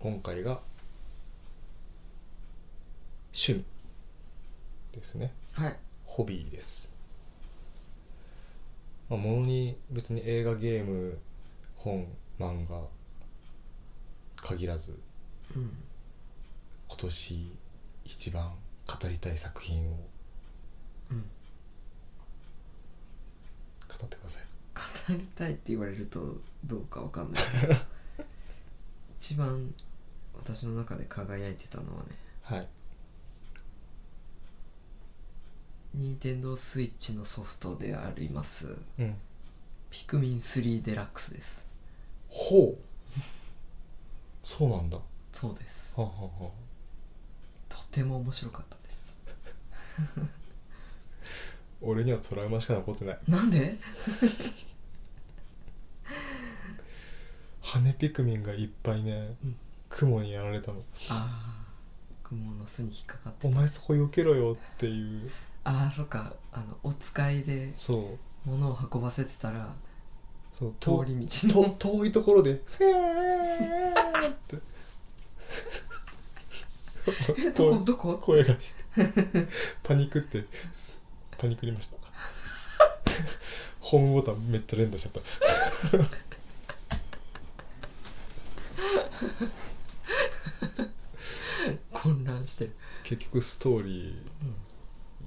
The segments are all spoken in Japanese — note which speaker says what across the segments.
Speaker 1: 今回が趣味ですね
Speaker 2: はい
Speaker 1: ホビーです、まあ、ものに別に映画ゲーム本漫画限らず
Speaker 2: うん
Speaker 1: 今年一番語りたい作品を
Speaker 2: うん
Speaker 1: 語ってください
Speaker 2: 語りたいって言われるとどうかわかん ないけど一番私の中で輝いてたのはね
Speaker 1: はい
Speaker 2: 任天堂スイッチのソフトであります
Speaker 1: うん
Speaker 2: ピクミン3デラックスです
Speaker 1: ほうそうなんだは
Speaker 2: そうです
Speaker 1: あ、はあはあ、
Speaker 2: とても面白かったです
Speaker 1: 俺にはトラウマしか残ってない
Speaker 2: なんで
Speaker 1: 羽ピクミンがいっぱいね、
Speaker 2: うん
Speaker 1: 雲にやられたの
Speaker 2: ああ雲の巣に引っかかっ
Speaker 1: お
Speaker 2: て
Speaker 1: 前そこ避けろよっていう
Speaker 2: ああそっかあのお使いで
Speaker 1: そう
Speaker 2: 物を運ばせてたら
Speaker 1: そう
Speaker 2: 通
Speaker 1: と
Speaker 2: り道
Speaker 1: と
Speaker 2: の
Speaker 1: 遠いところで「へーって
Speaker 2: え どこどこ
Speaker 1: 声がしてパニックってすパニックりましたホームボタンめっちゃ連打しちゃった
Speaker 2: 混乱してる
Speaker 1: 結局ストーリ
Speaker 2: うん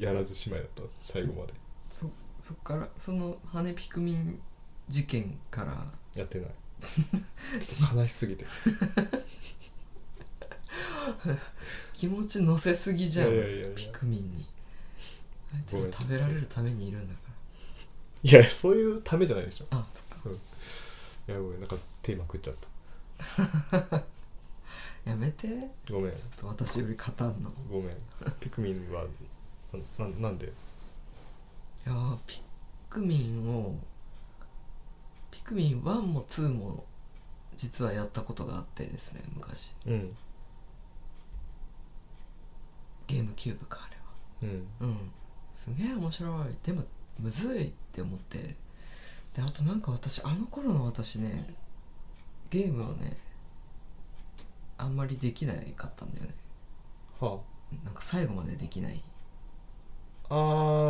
Speaker 1: ーやらずしまいだった最後まで
Speaker 2: そそっからその羽ピクミン事件から
Speaker 1: や ってないちょっと悲しすぎて
Speaker 2: 気持ち乗せすぎ
Speaker 1: い
Speaker 2: じゃ
Speaker 1: や
Speaker 2: ん
Speaker 1: いやいやい
Speaker 2: ピ
Speaker 1: や
Speaker 2: クミンにあいつ
Speaker 1: ごめん
Speaker 2: ら食べられるためにいるんだか
Speaker 1: いやそういうためじゃないでしょ
Speaker 2: らあそっか
Speaker 1: いやごめんなんかテーマ食っちゃった
Speaker 2: やめてちょ
Speaker 1: ごめん
Speaker 2: っと私より勝たんのい
Speaker 1: ご めんピクミンはなななんで
Speaker 2: やーピクミンをピクミン1も2も実はやったことがあってですね昔
Speaker 1: うん
Speaker 2: ゲームキューブかあれは
Speaker 1: うん
Speaker 2: うんすげえ面白いでもむずいって思ってであとなんか私あの頃の私ねゲームをねあんまりできないかったんだよね
Speaker 1: は
Speaker 2: なんか最後までできない
Speaker 1: ああ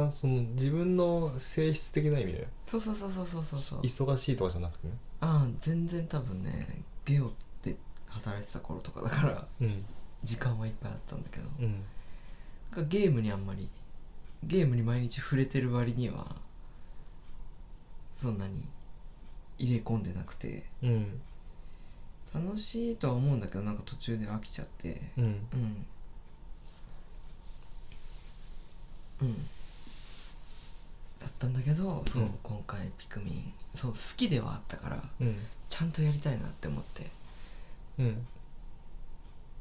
Speaker 1: ーその自分の性質的な意味で
Speaker 2: そうそうそうそうそうそうそう
Speaker 1: 忙しいとかじゃなくてね
Speaker 2: ああ全然多分ねゲオで働いてた頃とかだから
Speaker 1: うん
Speaker 2: 時間はいっぱいあったんだけど
Speaker 1: うん
Speaker 2: なんかゲームにあんまりゲームに毎日触れてる割にはそんなに入れ込んでなくて
Speaker 1: うん
Speaker 2: 楽しいとは思うんだけどなんか途中で飽きちゃって
Speaker 1: うん
Speaker 2: うんうんだったんだけどそう、
Speaker 1: うん
Speaker 2: 今回ピクミンそう好きではあったから
Speaker 1: うん
Speaker 2: ちゃんとやりたいなって思って
Speaker 1: うん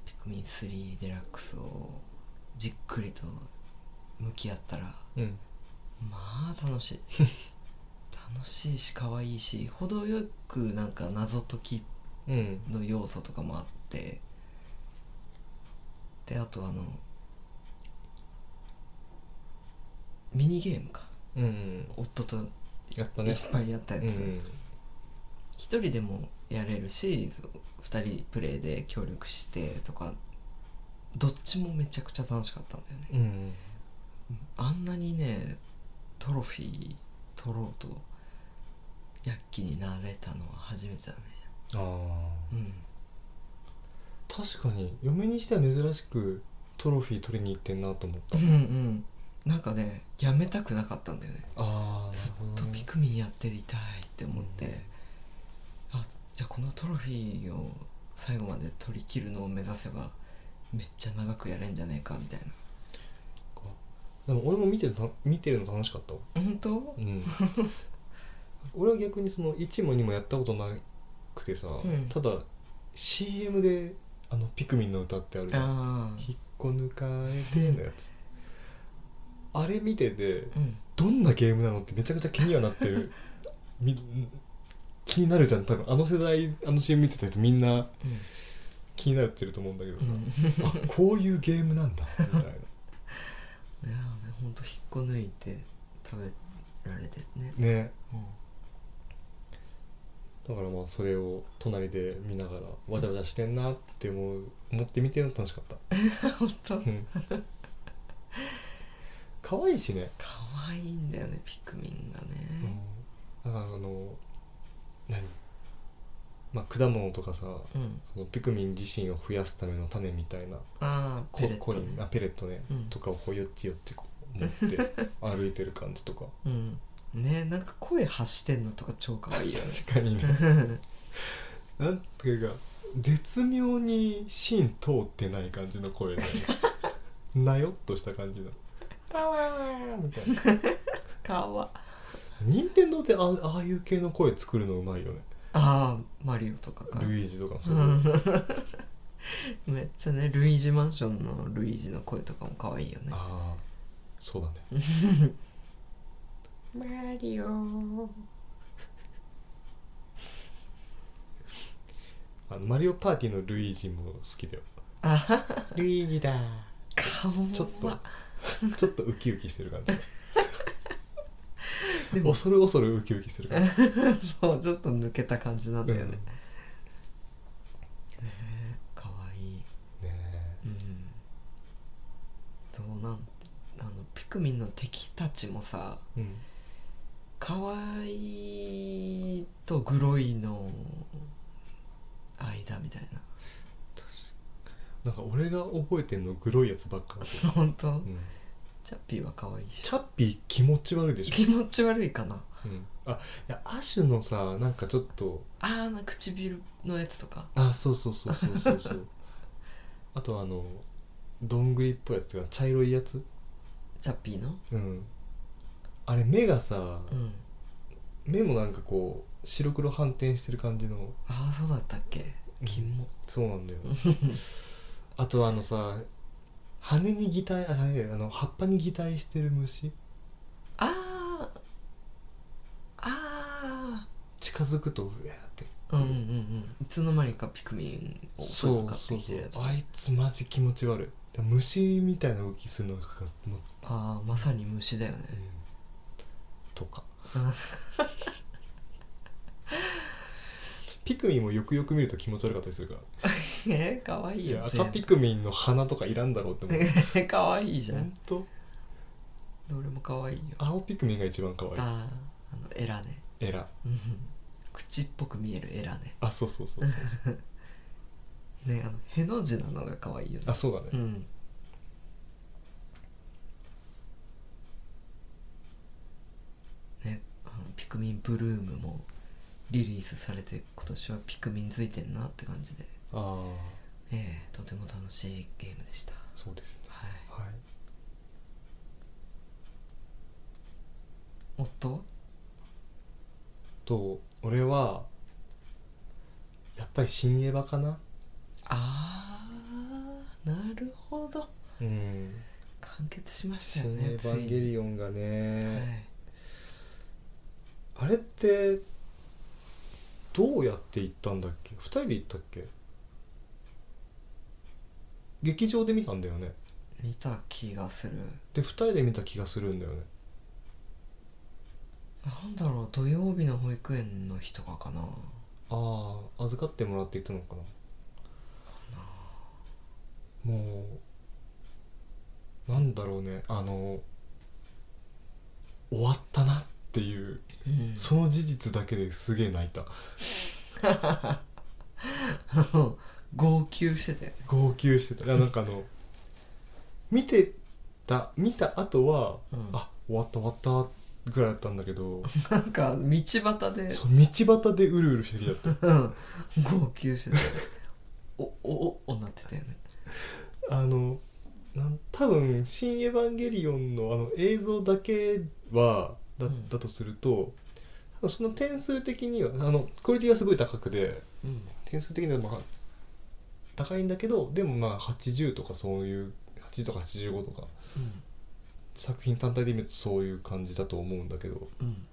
Speaker 2: ピクミン3デラックスをじっくりと向き合ったら
Speaker 1: うん
Speaker 2: まあ楽しい楽しいし可愛いし程よくなんか謎解き
Speaker 1: うん
Speaker 2: の要素とかもあってであとあのミニゲームか
Speaker 1: うん
Speaker 2: 夫と
Speaker 1: やった
Speaker 2: い
Speaker 1: ね
Speaker 2: っぱいやったや
Speaker 1: う
Speaker 2: つ、
Speaker 1: ん
Speaker 2: 一人でもやれるしそう二人プレイで協力してとかどっちもめちゃくちゃ楽しかったんだよね
Speaker 1: うん
Speaker 2: あんなにねトロフィー取ろうと躍起になれたのは初めてだね
Speaker 1: ああ
Speaker 2: うん
Speaker 1: 確かに嫁にしては珍しくトロフィー取りに行ってんなと思 った
Speaker 2: うんうんなんかねやめたくなかったんだよね
Speaker 1: ああ
Speaker 2: ずっとピクミンやっていたいって思って、あじゃあこのトロフィーを最後まで取り切るのを目指せばめっちゃ長くやれんじゃねえかみたいな
Speaker 1: でも俺も見てるた見てるの楽しかったわ
Speaker 2: 本当
Speaker 1: うん 俺は逆にその1も2もやったことなくてさ、
Speaker 2: ん
Speaker 1: ただ CM であのピクミンの歌ってあるじゃん
Speaker 2: ああ
Speaker 1: 「引っこ抜かれて」のやつあれ見てて
Speaker 2: うん
Speaker 1: どんなゲームなのってめちゃくちゃ気にはなってる み気になるじゃん多分あの世代あの CM 見てた人みんな気になってると思うんだけど
Speaker 2: う
Speaker 1: さ、
Speaker 2: ん、うん
Speaker 1: あこういうゲームなんだみたいな
Speaker 2: ねえねほんと引っこ抜いて食べられてね、
Speaker 1: ね
Speaker 2: うん、
Speaker 1: だからまあそれを隣で見ながらわちゃわちゃしてんなって思う思って見てるの楽しかった
Speaker 2: 本当
Speaker 1: うん可愛いしね、
Speaker 2: 可愛いんだよねピクミンがね
Speaker 1: うん、だからあの何まあ果物とかさ
Speaker 2: うん、
Speaker 1: そのピクミン自身を増やすための種みたいな
Speaker 2: ああ
Speaker 1: こ
Speaker 2: ペレッ
Speaker 1: コ
Speaker 2: ト、
Speaker 1: イ
Speaker 2: ね
Speaker 1: ンあペレットね、
Speaker 2: うん
Speaker 1: とかをこうよっちよっちこう持って 歩いてる感じとか
Speaker 2: うんねなんか声発してんのとか超可愛いよね
Speaker 1: 確かにねなんていうか絶妙に芯通ってない感じの声 でなよっとした感じの「あわみたいな
Speaker 2: かわ
Speaker 1: 任天堂ってあああいう系の声作るのうまいよね
Speaker 2: ああマリオとかか
Speaker 1: ルイージとかもそううだけど
Speaker 2: んめっちゃねルイージマンションのルイージの声とかも可愛いよね
Speaker 1: ああそうだね
Speaker 2: マリオ
Speaker 1: あのマリオパーティーのルイージも好きだよ
Speaker 2: あはは
Speaker 1: ルイージだー
Speaker 2: かわ
Speaker 1: ちょっとちょっとウキウキしてる感じ
Speaker 2: でも
Speaker 1: 恐る恐るウキウキしてる感じ
Speaker 2: そうちょっと抜けた感じなんだよね、可愛い
Speaker 1: うんねえ
Speaker 2: うんどうなんあのピクミンの敵たちもさ
Speaker 1: うん
Speaker 2: 可愛いとグロいの間みたいな
Speaker 1: なんか俺が覚えてんのグロいやつばっかだけど
Speaker 2: 本当
Speaker 1: うん
Speaker 2: チャッピーは可愛いし
Speaker 1: チャッピー気持ち悪いでし
Speaker 2: 気持ち悪いかな
Speaker 1: ょ、うん、あいやアシュのさなんかちょっと
Speaker 2: あーな唇のやつとか
Speaker 1: あそうそうそうそうそう そうあとあのどんぐりっぽいやつが茶色いやつ
Speaker 2: チャッピーの
Speaker 1: うんあれ目がさ、
Speaker 2: うん
Speaker 1: 目もなんかこう白黒反転してる感じの
Speaker 2: ああそうだったっけ
Speaker 1: うん
Speaker 2: 金も
Speaker 1: そうなんだよ あとあのさ羽に擬態あ羽じゃないあの葉っぱに擬態してる虫
Speaker 2: あーあ
Speaker 1: 近づくとうわーって
Speaker 2: ーうんうんうんうんいつの間にかピクミンを追いかかってきてるやつ
Speaker 1: あいつマジ気持ち悪いでも虫みたいな動きするのがもう、
Speaker 2: ああまさに虫だよね
Speaker 1: うんとかピクミンもよくよく見ると気持ち悪かったりするから
Speaker 2: えかわい
Speaker 1: い
Speaker 2: い
Speaker 1: や
Speaker 2: よ
Speaker 1: 赤ピクミンの鼻とか いらんだろうって思う
Speaker 2: 全部 かわいいじゃ
Speaker 1: ほ
Speaker 2: ん
Speaker 1: んと
Speaker 2: どれもかわいいよ
Speaker 1: 青ピクミンが一番可愛い
Speaker 2: あああのエラね
Speaker 1: エラ
Speaker 2: うん口っぽく見えるエラね
Speaker 1: あそうそうそうそう そう
Speaker 2: ねあのへの字なのがかわいいよね
Speaker 1: あそうだね、
Speaker 2: うんねあのピクミンブルームもリリースされて今年はピクミン付いてんなって感じで
Speaker 1: ああ
Speaker 2: ええとても楽しいゲームでした
Speaker 1: そうですね
Speaker 2: はい
Speaker 1: はい
Speaker 2: 夫は
Speaker 1: と俺はやっぱり新エヴァかな
Speaker 2: あーなるほど
Speaker 1: うん
Speaker 2: 完結しましたよ
Speaker 1: 新
Speaker 2: ね
Speaker 1: エヴァンゲリ
Speaker 2: オ
Speaker 1: オンがね、あれってどうやって行ったんだっけ2人で行ったっけ劇場で見たんだよね
Speaker 2: 見た気がする
Speaker 1: で2人で見た気がするんだよね
Speaker 2: なんだろう土曜日の保育園の日とかかな
Speaker 1: ああ預かってもらっていたのかなもうなんだろうねあの終わったなっていう
Speaker 2: うん
Speaker 1: その事実だけですげえ泣いた
Speaker 2: 号泣してたよね
Speaker 1: 号泣してたいやなんかあの 見てた見た後は、
Speaker 2: うん
Speaker 1: あ終わった終わったぐらいだったんだけど
Speaker 2: なんか道端で
Speaker 1: そう道端でうるうるしてきちゃった
Speaker 2: うん 号泣してたよねおおおおなってたよね
Speaker 1: あのなん多分「新エヴァンゲリオンの」あの映像だけはだ
Speaker 2: うん
Speaker 1: だとすると多分その点数的にはあのクオリティがすごい高くで
Speaker 2: うん
Speaker 1: 点数的にはまあ高いんだけどでもまあ80とかそういう80とか85とか
Speaker 2: うん
Speaker 1: 作品単体で見るとそういう感じだと思うんだけど
Speaker 2: うん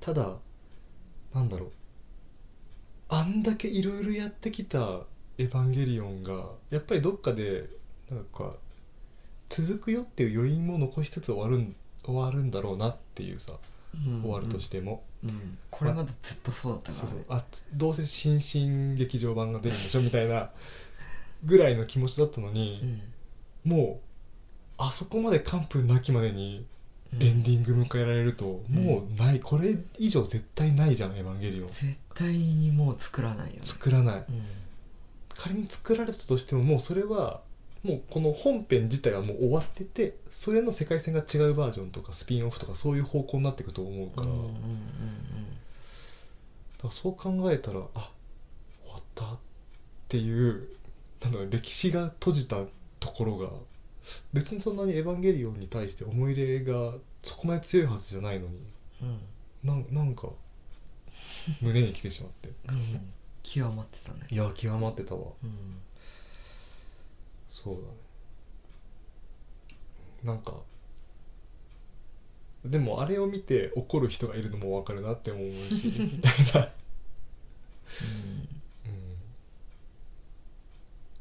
Speaker 1: ただなんだろうあんだけいろいろやってきた「エヴァンゲリオン」がやっぱりどっかでなんか続くよっていう余韻も残しつつ終わるん終わるんだろうなっていうさ
Speaker 2: うん
Speaker 1: 終わるとしても、
Speaker 2: うん、これまでずっとそうだった
Speaker 1: そ
Speaker 2: か
Speaker 1: うそ
Speaker 2: らね
Speaker 1: うあつどうせ新進劇場版が出るんでしょみたいなぐらいの気持ちだったの
Speaker 2: う
Speaker 1: に、
Speaker 2: ん
Speaker 1: もうあそこまで完封なきまでに
Speaker 2: うん
Speaker 1: エンディング迎えられると、もうないこれ以上絶対ないじゃん「エヴァンゲリオン」
Speaker 2: 絶対にもう作らないよね
Speaker 1: 作らない
Speaker 2: うん
Speaker 1: 仮に作られたとしてももうそれはもうこの本編自体はもう終わっててそれの世界線が違うバージョンとかスピンオフとかそういう方向になっていくと思うから,、
Speaker 2: うんうんうん
Speaker 1: だからそう考えたらあ終わったっていうなんだろう歴史が閉じたところが別にそんなに「エヴァンゲリオン」に対して思い入れがそこまで強いはずじゃないのに
Speaker 2: うんうん
Speaker 1: なんなんか胸に来てしまって
Speaker 2: うん極まってたね
Speaker 1: いや極まってたわ
Speaker 2: うん
Speaker 1: そうだねなんかでもあれを見て怒る人がいるのも分かるなって思う しみたいな、うん、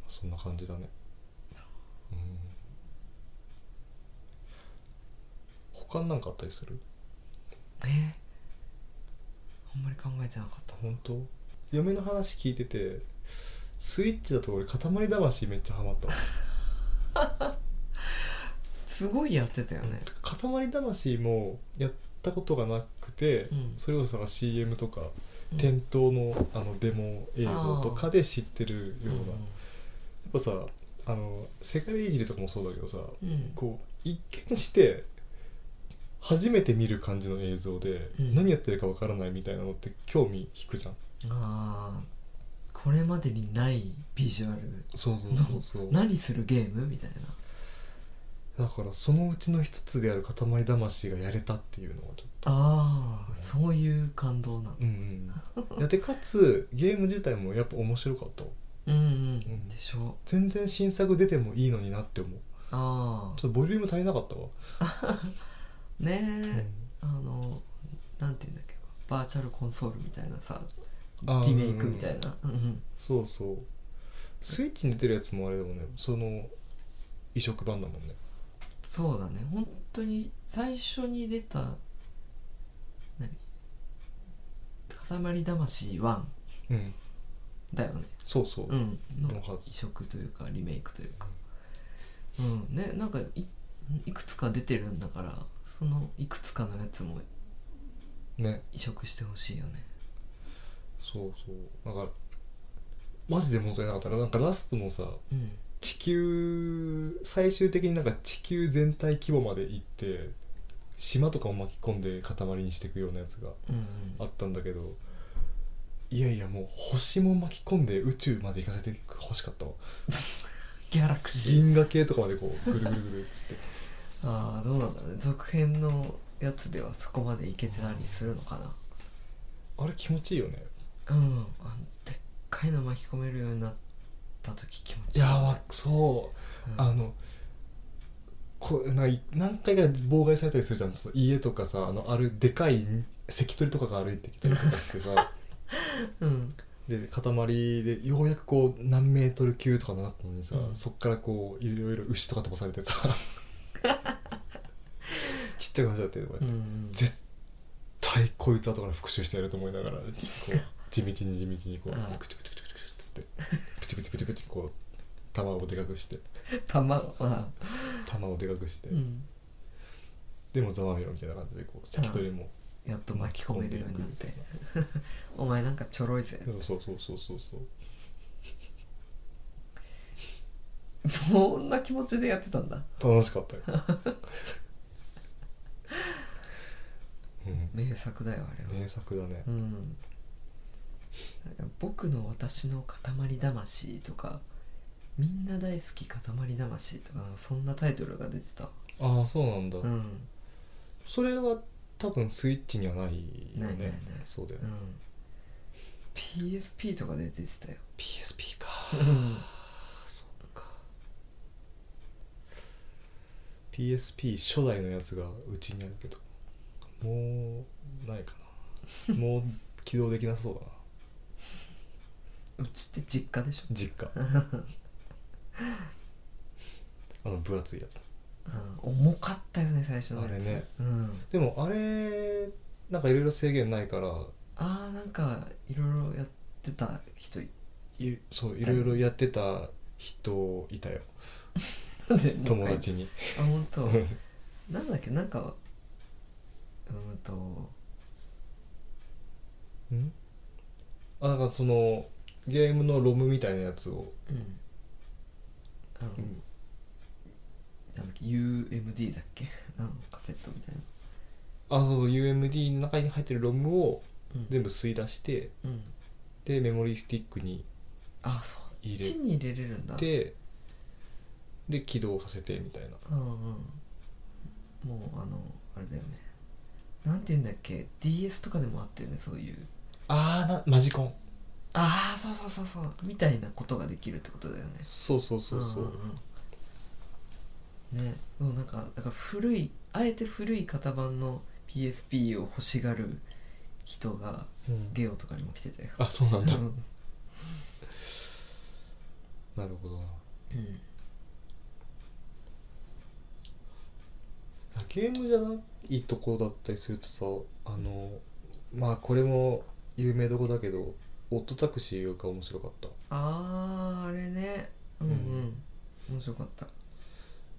Speaker 1: そんな感じだね、うん、他なんかあったりする
Speaker 2: うんえあんまり考えてなかった
Speaker 1: 本当嫁の話聞いててスイッチだと俺塊魂めっちゃハマったわ
Speaker 2: すごいやってたよね
Speaker 1: 塊魂もやったことがなくて、
Speaker 2: うん
Speaker 1: それこそなんか CM とか、
Speaker 2: うん
Speaker 1: 店頭のあのデモ映像とかで知ってるような、やっぱさあの世界いじりとかもそうだけどさ、
Speaker 2: うんうん
Speaker 1: こう一見して初めて見る感じの映像で、
Speaker 2: うん
Speaker 1: 何やってるかわからないみたいなのって興味引くじゃん
Speaker 2: ああこれまでにないビジュアル
Speaker 1: そうそうそうそうだ
Speaker 2: 何するゲームみたいな
Speaker 1: からそのうちの一つである塊魂がやれたっていうのはちょっと
Speaker 2: ああそういう感動なの
Speaker 1: うん うん、いやでかつゲーム自体もやっぱ面白かった
Speaker 2: うん
Speaker 1: ん
Speaker 2: でしょ
Speaker 1: 全然新作出てもいいのになって思う
Speaker 2: あ
Speaker 1: ちょっとボリューム足りなかったわ、
Speaker 2: あねえ、あのなんていうんだっけバーチャルコンソールみたいなさ
Speaker 1: あー
Speaker 2: リメイクみた
Speaker 1: うん
Speaker 2: いなうんうん
Speaker 1: そうそうスイッチに出てるやつもあれだもんねその移植版だもんね
Speaker 2: そうだね本当に最初に出た何塊魂1
Speaker 1: うん
Speaker 2: だよね
Speaker 1: そうそう、
Speaker 2: うんの
Speaker 1: のはず
Speaker 2: 移植というかリメイクというかうんねなんかいいくつか出てるんだからそのいくつかのやつも
Speaker 1: ね
Speaker 2: 移植してほしいよね
Speaker 1: そうそうなんかマジでもったいなかったななんかラストのさ
Speaker 2: うん
Speaker 1: 地球最終的になんか地球全体規模まで行って島とかを巻き込んで塊にしていくようなやつが
Speaker 2: うん
Speaker 1: あったんだけどいやいやもう星も巻き込んで宇宙まで行かせてほしかったわ
Speaker 2: ギャラクシー
Speaker 1: 銀河系とかまでこうぐるぐるぐるっつって
Speaker 2: ああどうなんだろうね続編のやつではそこまでいけてたりするのかな
Speaker 1: あれ気持ちいいよね
Speaker 2: うんあのでっかいの巻き込めるようになった時気持ち
Speaker 1: い
Speaker 2: いい
Speaker 1: や
Speaker 2: よね、
Speaker 1: わそう
Speaker 2: うん
Speaker 1: あのこうなんか何回か妨害されたりするじゃんちょっと家とかさあのあるでかい関取とかが歩いてきたりとかしてさ
Speaker 2: うん
Speaker 1: で塊でようやくこう何メートル級とかになったのにさ、
Speaker 2: うん
Speaker 1: そっからこういろいろ牛とか飛ばされて さちっちゃくなっちゃってとか
Speaker 2: うんうん
Speaker 1: 絶対こいつ後から復讐してやると思いながら こう地道に地道にこう
Speaker 2: ああ
Speaker 1: クチュクチュクチュクチュクチュっつってプチプチプチプチこう弾をでかくして
Speaker 2: 玉は
Speaker 1: 弾をでかくして、
Speaker 2: うん
Speaker 1: でもざわめよみたいな感じでこう関取も
Speaker 2: やっと巻き込めるようになってお前なんかちょろいぜ
Speaker 1: そうそうそうそうそう
Speaker 2: どんな気持ちでやってたんだ
Speaker 1: 楽しか ったよ、うん、
Speaker 2: 名作だよあれは、
Speaker 1: 名作だね
Speaker 2: うんなんか僕の私の塊魂とかみんな大好き塊魂とかなんかそんなタイトルが出てた
Speaker 1: ああそうなんだ、
Speaker 2: うん、うん、
Speaker 1: それは多分スイッチにはないよね
Speaker 2: ないないない
Speaker 1: そうだよね、
Speaker 2: PSP とかで出て たよ
Speaker 1: PSP か
Speaker 2: うん
Speaker 1: そっか PSP 初代のやつがうちにあるけどもうない かなもう起動できなそうだな
Speaker 2: うちって実家でしょ、
Speaker 1: 実 家あの分厚いやつ
Speaker 2: うん、重かったよね最初のやつ
Speaker 1: あれね
Speaker 2: うん
Speaker 1: でもあれなんかいろいろ制限ないから
Speaker 2: あーなんかいろいろやってた人い
Speaker 1: いそういろいろやってた人いたよ友達に
Speaker 2: あ本 当。なんだっけなんかうーんと
Speaker 1: うんあなんかそのゲームのロムみたいなやつを、
Speaker 2: うんあの、
Speaker 1: うん
Speaker 2: なんだっけ UMD だっけあのカセットみたいな
Speaker 1: あそうそう UMD の中に入ってるロムを
Speaker 2: うん
Speaker 1: 全部吸い出して
Speaker 2: うん
Speaker 1: でメモリースティックに
Speaker 2: あそっ
Speaker 1: 入れ
Speaker 2: ちに入れれるんだ
Speaker 1: てで起動させてみたいな
Speaker 2: うんうんもうあのあれだよねなんて言うんだっけ DS とかでもあったよねそういう
Speaker 1: あーなマジコン
Speaker 2: ああそうそうそうそうみたいなことができるってことだよね
Speaker 1: そうそうそうそううん
Speaker 2: うんうんねそうなんかだから古いあえて古い型番の PSP を欲しがる人が
Speaker 1: うん
Speaker 2: ゲオとかにも来てたよ
Speaker 1: あそうなん
Speaker 2: う
Speaker 1: だ
Speaker 2: ん
Speaker 1: なるほどな
Speaker 2: うん
Speaker 1: ゲームじゃないとこだったりするとさあのまあこれも有名どこだけどオットタクシーが面白かったい
Speaker 2: あーあれねうんうん、面白かった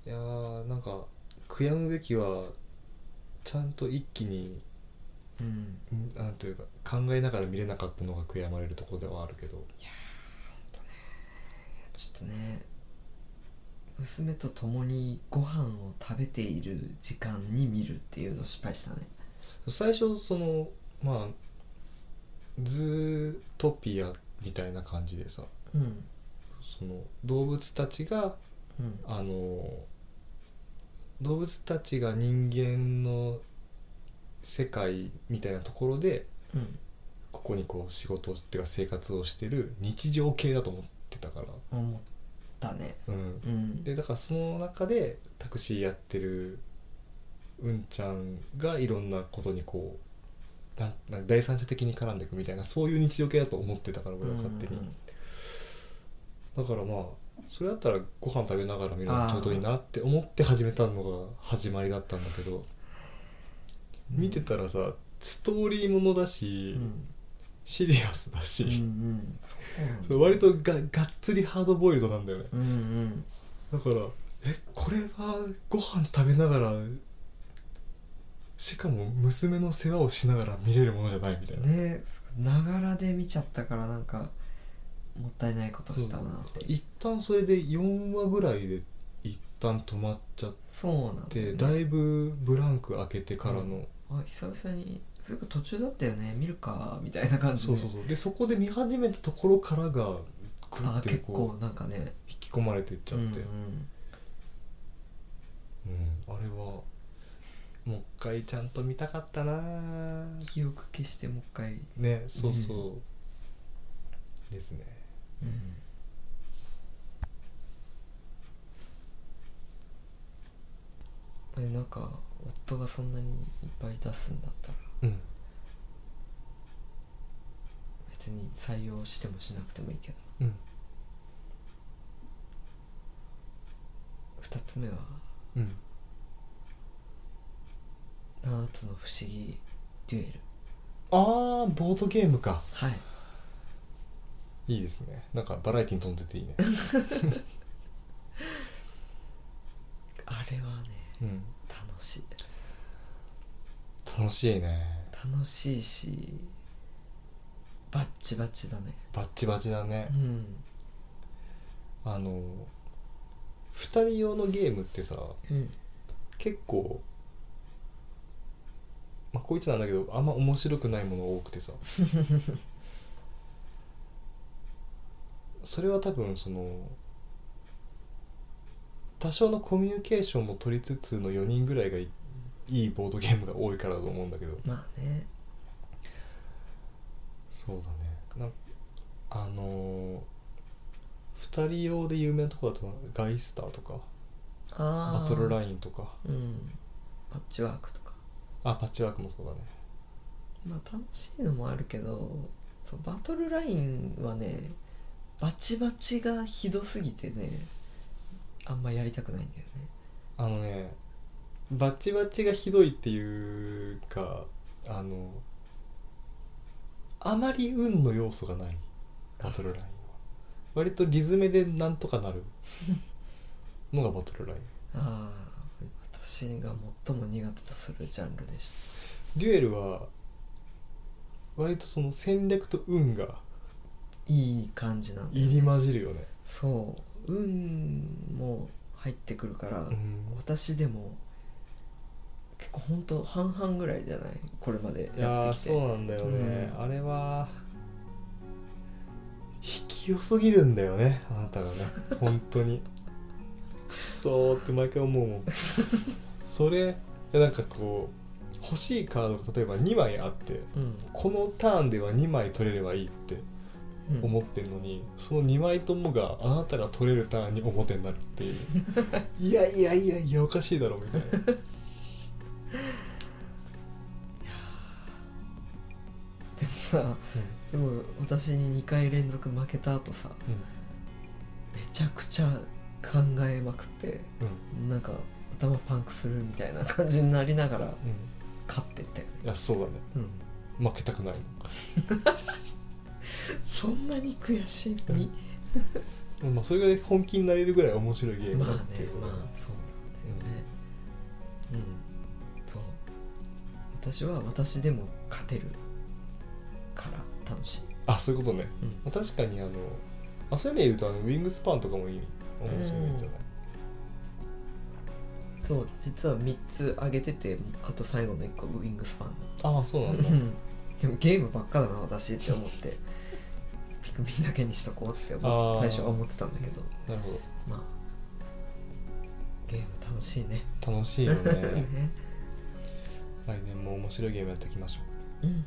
Speaker 1: やーなんか悔やむべきはちゃんと一気に
Speaker 2: うん
Speaker 1: んなんというか考えながら見れなかったのが悔やまれるところではあるけど
Speaker 2: ちょっとね娘と共にご飯を食べている時間に見るっていうのを失敗したね
Speaker 1: 最初そのまあズートピアみたいな感じでさ
Speaker 2: うん
Speaker 1: その動物たちが
Speaker 2: うん
Speaker 1: あの動物たちが人間の世界みたいなところで
Speaker 2: うん
Speaker 1: ここにこう仕事をっていうか生活をしてる日常系だと思ってたか
Speaker 2: 思ったね
Speaker 1: ら、うん、
Speaker 2: うん
Speaker 1: でだからその中でタクシーやってるうんちゃんがいろんなことにこうなんなん第三者的に絡んでいくみたいなそういう日常系だと思ってたから俺は勝手に、
Speaker 2: うんうんうん
Speaker 1: だからまあそれだったらご飯食べながら見るのがちょうどいいなって思って始めたのが始まりだったんだけど、見てたらさストーリーものだ
Speaker 2: う
Speaker 1: し、
Speaker 2: ん
Speaker 1: シリアスだし、
Speaker 2: うんうんそうなんだ
Speaker 1: そう割とががっつりハードボイルドなんだよね
Speaker 2: うんうん
Speaker 1: だからえこれはご飯食べながらしかも娘の世話をしながら見れるものじゃないみたいな、
Speaker 2: ねながらで見ちゃったからなんかもったいないことしたなって
Speaker 1: 一旦それで4話ぐらいで一旦止まっちゃっ
Speaker 2: そうなんだ
Speaker 1: て、
Speaker 2: よ
Speaker 1: だ
Speaker 2: ね
Speaker 1: いぶブランク開けてからの、
Speaker 2: あ久々にそういえば途中だったよね見るかみたいな感じ
Speaker 1: そう
Speaker 2: で
Speaker 1: そうそうでそこで見始めたところからがグ
Speaker 2: あ
Speaker 1: ッ
Speaker 2: ー
Speaker 1: て
Speaker 2: 結
Speaker 1: こ
Speaker 2: 構
Speaker 1: う
Speaker 2: なんかね
Speaker 1: 引き込まれていっちゃって、
Speaker 2: うんうん
Speaker 1: うんあれはもう一回ちゃんと見たかったなぁ
Speaker 2: 記憶消してもう一回、
Speaker 1: ねそうそう、ですね
Speaker 2: えなんか夫がそんなにいっぱい出すんだったら
Speaker 1: うん
Speaker 2: 別に採用してもしなくてもいいけど
Speaker 1: うん
Speaker 2: 2つ目は
Speaker 1: うん
Speaker 2: 7つの不思議デュエル
Speaker 1: あーボードゲームか
Speaker 2: はい
Speaker 1: いいですねなんかバラエティに飛んでていい ね
Speaker 2: あれはね
Speaker 1: うん
Speaker 2: 楽しい
Speaker 1: 楽しいね
Speaker 2: 楽しいしバッチバチだね
Speaker 1: バッチバチだね
Speaker 2: う、ん
Speaker 1: あの2人用のゲームってさ
Speaker 2: うん
Speaker 1: 結構まあこいつなんだけどあんま面白くないもの多くてさ それは多分その多少のコミュニケーションも取りつつの4人ぐらいがいいいボードゲームが多いからだと思うんだけど
Speaker 2: まあね
Speaker 1: そうだねなんあの2人用で有名なとこだとガイスターとか
Speaker 2: ああ
Speaker 1: バトルラインとか
Speaker 2: うんパッチワークとか
Speaker 1: あパッチワークもそうだね
Speaker 2: まあ楽しいのもあるけどそうバトルラインはねバチバチがひどすぎてねあんまやりたくないんだよね
Speaker 1: あのねバチバチがひどいっていうかあのあまり運の要素がないバトルラインは割とリズムでなんとかなる のがバトルライン
Speaker 2: ああ私が最も苦手とするジャンルでし
Speaker 1: デュエルは割とその戦略と運が
Speaker 2: ょいい感じなんだよ
Speaker 1: 入り混じるよね、
Speaker 2: そう運も入ってくるから、
Speaker 1: うん
Speaker 2: 私でも結構ほんと半々ぐらいじゃないこれまで
Speaker 1: いや
Speaker 2: や
Speaker 1: ー
Speaker 2: ってきて
Speaker 1: そうなんだよね、
Speaker 2: う
Speaker 1: あれは引きよすぎるんだよねあなたが ね本当にくそうって毎回思うもんそれいやなんかこう欲しいカードが例えば2枚あって
Speaker 2: うん
Speaker 1: このターンでは2枚取れればいいって
Speaker 2: うん
Speaker 1: 思ってんのに、その2枚ともがあなたが取れるターンに表になるって いういやいやいやいやおかしいだろみたいな
Speaker 2: でもさでも私に2回連続負けた後さめちゃくちゃ考えまくって
Speaker 1: うんうん
Speaker 2: なんか頭パンクするみたいな感じになりながら
Speaker 1: うん
Speaker 2: 勝ってったよね
Speaker 1: いやそうだね
Speaker 2: うん
Speaker 1: 負けたくない
Speaker 2: そんなに悔しいに
Speaker 1: まあ、それぐらい本気になれるぐらい面白いゲームだっていうこと
Speaker 2: まあねまあそうなんですよねうん、そう私は私でも勝てるから楽しい、
Speaker 1: あそういうことね、
Speaker 2: うん
Speaker 1: まあ、確かにあのあそういう意味で言うとあのウィングスパンとかもいい面白いんじゃない、
Speaker 2: そう実は3つ上げててあと最後の1個ウィングスパンだ
Speaker 1: ああそうなん だ
Speaker 2: でもゲームばっかだな私って思ってピクミンだけにしとこうって思
Speaker 1: あ
Speaker 2: っ
Speaker 1: ー
Speaker 2: 最初は思ってたんだけど
Speaker 1: なるほ
Speaker 2: まあゲーム楽しいね
Speaker 1: ど楽しいよね
Speaker 2: ね
Speaker 1: 来年も面白いゲームやっていきましょう
Speaker 2: うん